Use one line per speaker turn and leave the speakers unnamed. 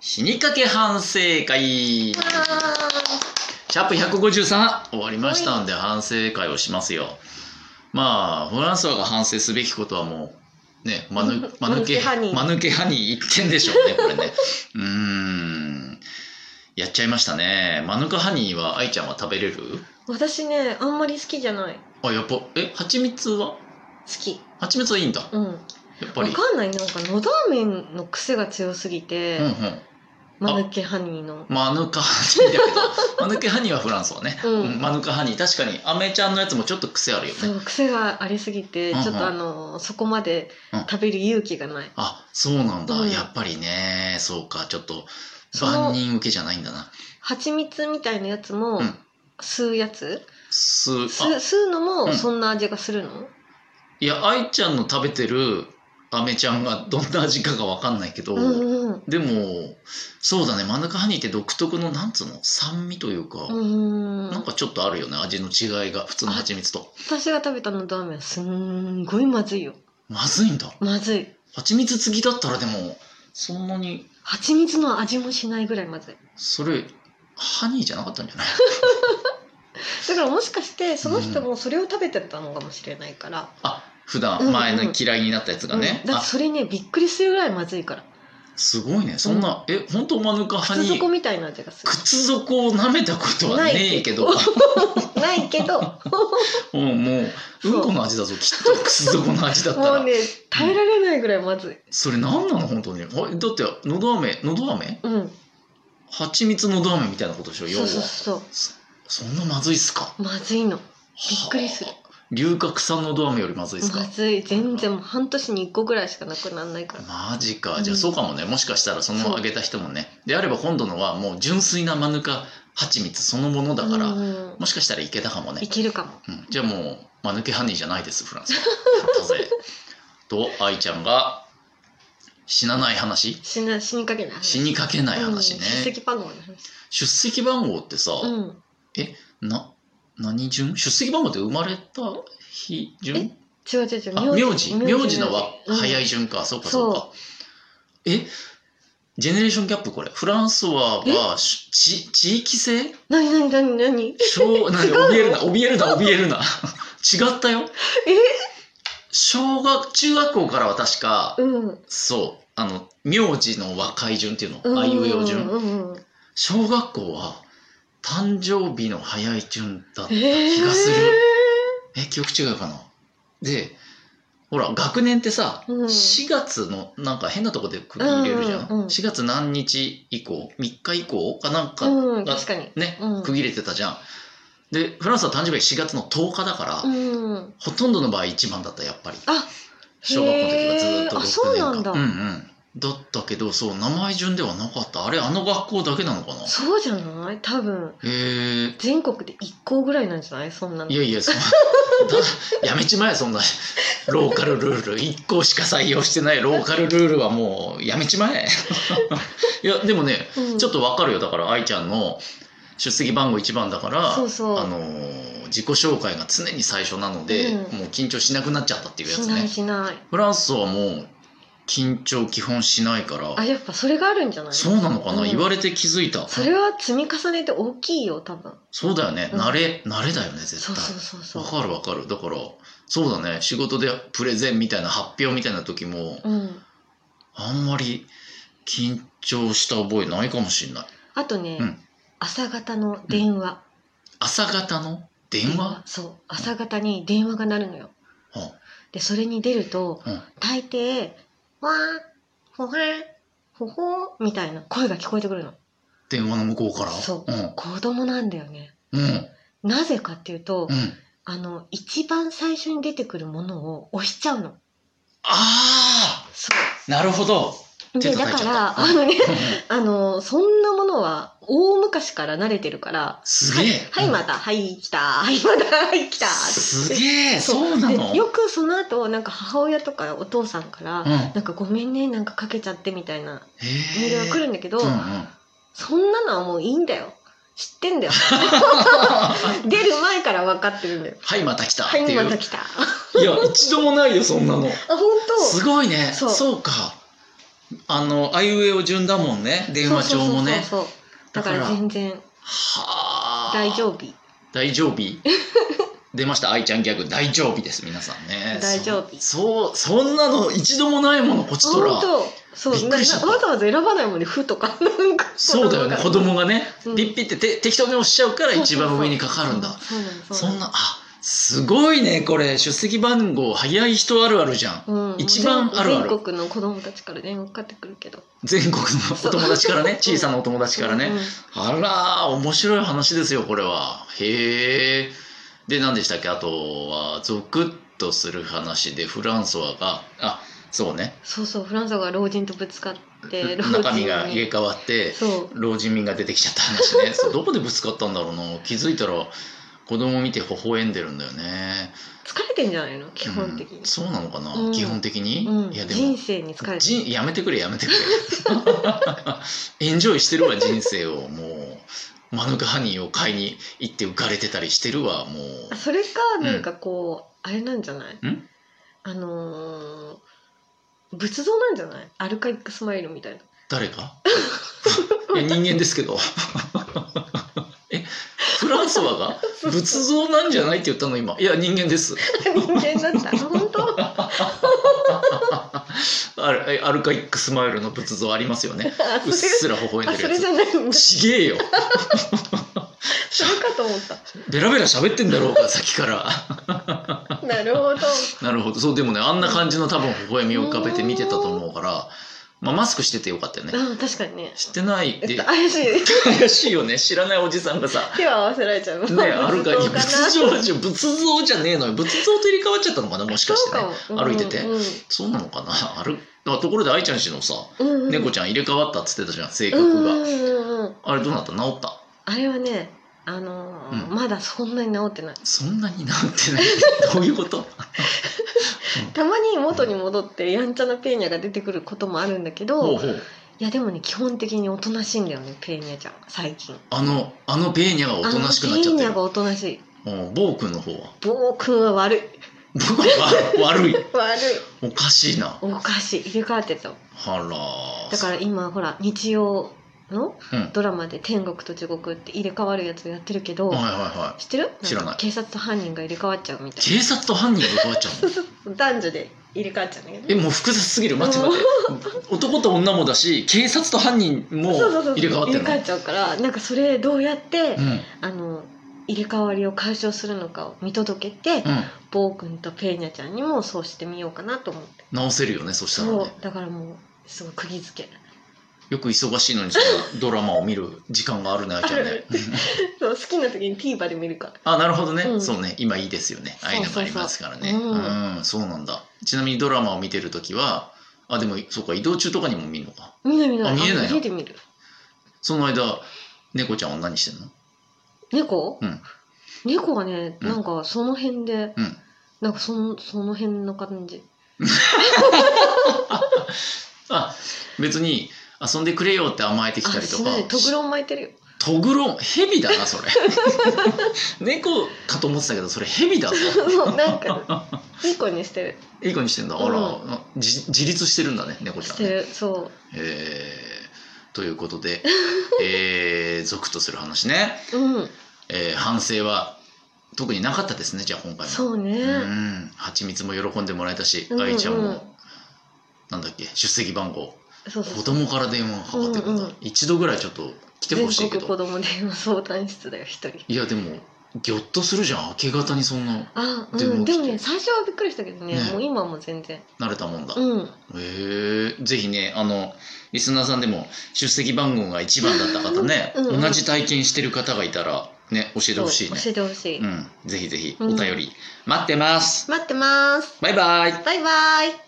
死にかけ反省会シ
は
ャープ153終わりましたんで反省会をしますよまあフランスワが反省すべきことはもうねまぬまぬけ
まぬけハニー
まぬけハニー一点でしょうねこれねうーんやっちゃいましたねまぬかハニーは愛ちゃんは食べれる
ー私ねあんまり好きじゃない好
あやっぱえ蜂蜜は
き
蜂蜜はいいんだ
うん
やっぱ
わ
り
かんないなんかのど飴の癖が強すぎて、
うんうん
マヌケハニーの
マヌカハニーだけどマヌケハニーはフランスはね、
うん
マヌカハニー確かにアメちゃんのやつもちょっと癖あるよね
そう癖がありすぎて、
うんうん
ちょっとあのそこまで
うん
食べる勇気がない、
あそうなんだ、
うん
やっぱりねそうかちょっと
その
万人受けじゃないんだな
蜂蜜みたいなやつも、
うん
吸うやつ
す
吸う
あ
吸うの
う
も
ん
そんな味がするの、
いや愛ちゃんの食べてるアメちゃんが どんな味かが分かんないけど、
うんうんうん
でもそうだねマヌカハニーって独特のなんつうの酸味というか、
うん
なんかちょっとあるよね味の違いが普通の蜂蜜と
私が食べたのど飴はすんごいまずいよ
まずいんだ
まずい
蜂蜜付きだったらでもそんなに
蜂蜜の味もしないぐらいまずい
それハニーじゃなかったんじ ゃない
だからもしかしてその人もそれを食べてたのかもしれないから、
あ普
うんう
段
ん
前の嫌いになったやつがね、
うんだっ
あ
てそれねびっくりするぐらいまずいから
すごいねそんな、え本当マヌカハ
靴
ニ
底
ー
みたいな味がす
靴底を舐めたことはねえけど
ないるないけど
うんも う
そう
うんこの味だぞきっと靴底の味だった
も
ら、
うね耐えられないぐらいまずい
それ何なの本当にあだってのど飴のど飴
うん
蜂蜜のど飴みたいなことでしょ要
そ
は
うそうそう
そんなまずいっすか
まずいのびっくりする
はあ龍角散のど飴よりまずいっすか
まずい全然もう半年に1個ぐらいしかなくならないから
マジか
うん
じゃあそうかもね、もしかしたらその
そう
あげた人もねであれば今度のはもう純粋なマヌカ蜂蜜そのものだから、
うん
もしかしたらいけたかもね
い、けるかも
うんじゃあもうマヌケハニーじゃないですフランス はだぜと愛ちゃんが死なない話
死な死にかけない
死にかけない話ね
うん、、出席番号の話
出席番号ってさ、
うん
な何順出席番号って生まれた日順
違う違う
あ
違う
名字名字のは早
い
い順か、そうかそうかえジェネレーションギャップこれフランソワがしち地域性
何何何何
小なんで
違うの
怯えるな怯えるな怯えるな違ったよ小学中学校からは確か、
うん
そうあの名字の和解順っていうの、
うん
あいうよう順
うんうん
小学校は誕生日の早い順だった
え
気がする、
ー
え記憶違うかなでほら学年ってさ、
うん
4月のなんか変なとこで区切入れるじゃん、
うんうんうん
4月何日以降3日以降かなんか、
うん確かに
ね、
うん
区切れてたじゃんでフランスは誕生日が4月の10日だから、
うん
ほとんどの場合1番だったやっぱり
あ
小学校の時はずっ
へー
と
あそうなん
6年
だ
間うんうんだったけどそう名前順ではなかったあれあの学校だけなのかな
そうじゃない多分
へえ
全国で1校ぐらいなんじゃないそんなの
いやいや、そんな だやめちまえ、そんな。ローカルルール。一校しか採用してないローカルルールはもう、やめち まえ。いや、でもね、
うん
ちょっとわかるよ。だから、愛ちゃんの出席番号1番だから、
そうそう
あのー自己紹介が常に最初なので、
う
もう緊張しなくなっちゃったっていうや
し
つ
ない
ね。
しない
フランスはもう、緊張基本しないか
あ
ら、
やっぱそれがあるんじゃない
そうなのかな、
うん
言われて気づいた。
それは積み重ねて大きいよ多分
そうだよね。
うん
慣れ、慣れだよね、絶対。
そうそうそうそう
わかるわかるだからそうだね仕事でプレゼンみたいな発表みたいな時も
うん
あんまり緊張した覚えないかもしれない
あとね、
うん
朝方の電話、
朝方の電話
そう朝方に電話が鳴るのよ
うん
でそれに出ると
うん
大抵「わーほへほほー」みたいな声が聞こえてくるの
電話の向こうから
そう子供なんだよね
んうん
なぜかっていうと、
うん
あの一番最初に出てくるものを押しちゃうの
あ
そ
あなるほど
う
手
でだ
叩いち
か
ゃっ
ら
た
あのね
うん
あのそんなものは大昔から慣れてるから
すげえ
はい、はい、また、はい、来た、はい、また、はい、来た。
すげえそうなの
でよくその後、なんか母親とかお父さんから、
うん
なんかごめんね、なんかかけちゃってみたいなメー
へ
ルが来
る
るんだけど、
うんうん
そんなのはもういいんだよ。知ってんだよ。 出る前から分かってるんだよ。
はいまた来たっ
は
て
い、
いう
また 来た。あ、
いや一度もないよそんなの
本
すごいね
そう
そうかあのあいうえお順だもんね電話帳もね
そうそうそうそうだから
だから
全然
はあ
大丈夫
大丈夫出ました愛ちゃんギャグ大丈夫です皆さんね
大丈夫
そうそうそんなの一度もないものこっちとら
本当そう
びっくりしちゃった
なわざわざ選ばないもんね「ふ」とかなんか
そうだよね子供がね、
うん
ピッピってて適当に押しちゃうから一番上にかかるんだ
そうなのう
そんなあすごいねこれ出席番号早い人あるあるじゃん
の、うん、
一番あるある
全国の子供たちから電話かかってくるけど
全国のお友達からね小さなお友達からね、
うん
あら面白い話ですよこれはへえで何でしたっけあとはゾクッとする話でフランソワがあそうね
そうそうフランソが老人とぶつかって老人に
中身が入れ替わって
そう
老人民が出てきちゃった話 ねそうどこでぶつかったんだろうな気づいたら子供見て微笑んでるんだよね
疲れてんじゃないの基本的に
うん、そうなのかな、
うん
基本的に、
うん
いやでも
人生に疲れて
じんやめてくれや めてくれエンジョイしてるわ人生をもうマヌカハニーを買いに行って浮かれてたりしてるわもう
あそれかなんかこう、あれなんじゃない
ん
あのー仏像なんじゃないアルカイックスマイル みたいな
誰 かいや人間ですけど えフランソワが仏像なんじゃないって言ったの今いや人間です
人間だった本当あ
あれアルカイックスマイルの仏像ありますよねうっすら微
それあ
笑んでる
それ
や
じゃないんだ
つちげえよ
それかと思っ
ベラベラ喋ってんだろうかさっ きから
たなるほど
なるほどそうでもねあんな感じの多分微笑みを浮かべて見てたと思うから、まあ、マスクしててよかったよね
あ確かにね
してないで
怪しい
怪しいよね知らないおじさんがさ
手を合わせられちゃう
ねあるかいや仏
像
像じゃ仏像じゃねえのよ仏像と入れ替わっちゃったのかなもしかしてね
そうかも
歩いてて
うんうん
そうなのかなあるあところで愛ちゃん氏のさ
うんうん
猫ちゃん入れ替わったっつってたじゃん性
うんう
格
ん
が
うんうん
あれどうなった治った
あれはねあのー
うん
まだそんなに治ってない
そんなに治ってない どういうこと
たまに元に戻ってやんちゃなペーニャが出てくることもあるんだけ
ほう
ど
ほう
いやでもね基本的におとなしいんだよねペーニャちゃん最近
あのあのベーニャがおとなしくなっちゃっ
あのペーニ
て
ャ
る
がおとなしい
うんボー君の方は
暴君は悪い
僕は悪い
悪い
おかしいな
おかしい入れ替わってた
あら
だから今ほら日曜の
うん
ドラマで天国と地獄って入れ替わるやつやってるけど、
はいはいはい
知ってる
知らない
んか警察と犯人が入れ替わっちゃうみたい
警察と犯人が変わっちゃ うの
な 男女で入れ替わっちゃうんだけ
え
どね
もう複雑すぎる待って待って男と女もだし警察と犯人も
そうそうそう
入れ替わってる
入
の
れ替えちゃうからなんかそれどうやって、
うん
あの入れ替わりを解消するのかを見届け
う
て、
ん
ボー君とペーニャちゃんにもそうしてみようかなと思って
直せるよねそしたら
そう
ね
だからもうすごい釘付け
よく忙しいのにそのドラマを見る時間があるねあいちゃんね
そう好きな時に TVer で見るから
あなるほどね、
うん
そうね今いいですよねああいうのがありますからね
そうそうそう
うん、そうなんだちなみにドラマを見てる時はあでもそうか移動中とかにも見るのか
見ない見ない
あ見えないの
家で見る
その間猫ちゃんは何してんの
猫、
うん
猫はね
うん
なんかその辺で、
うん
なんかそのその辺の感じ
あ別に遊んでくれよって甘えてきた
あ
りと
し
か
ないトグロン巻いてるよ
トグロン蛇だなそれ 猫かと思ってたけどそれ蛇だぞ
そうなんかいい子にしてる
いい子にしてんだあら、あじ自立してるんだね猫ちゃ
し
んね
てるそ
えーということでえー、ゾクッとする話ね、
ううん
えー反省は特になかったですねじゃあ今回も
そうね、
うん蜂蜜も喜んでもらえたし、
うんうん
愛ちゃんもなんだっけ出席番号
そうそう
子供から電話がかかってくるんだ、
うんうん
一度ぐらいちょっと来て
全
ほしいけ
国
ど
子供電話相談室だよ一人
いやでもギョッとするじゃん明け方にそんな
あ
で
う
も
んでもね最初はびっくりしたけどね
ね
もう今はもう全然
慣れたもんだ、へ
うん
えぜひねあのリスナーさんでも出席番号が1番だった方ね
うんうん
同じ体験してる方がいたらね教えてほしいね
そう教えてほしい、
うんぜひぜひ
う
お
ん
便り待ってます、
待ってます
バイバイ
バイバイ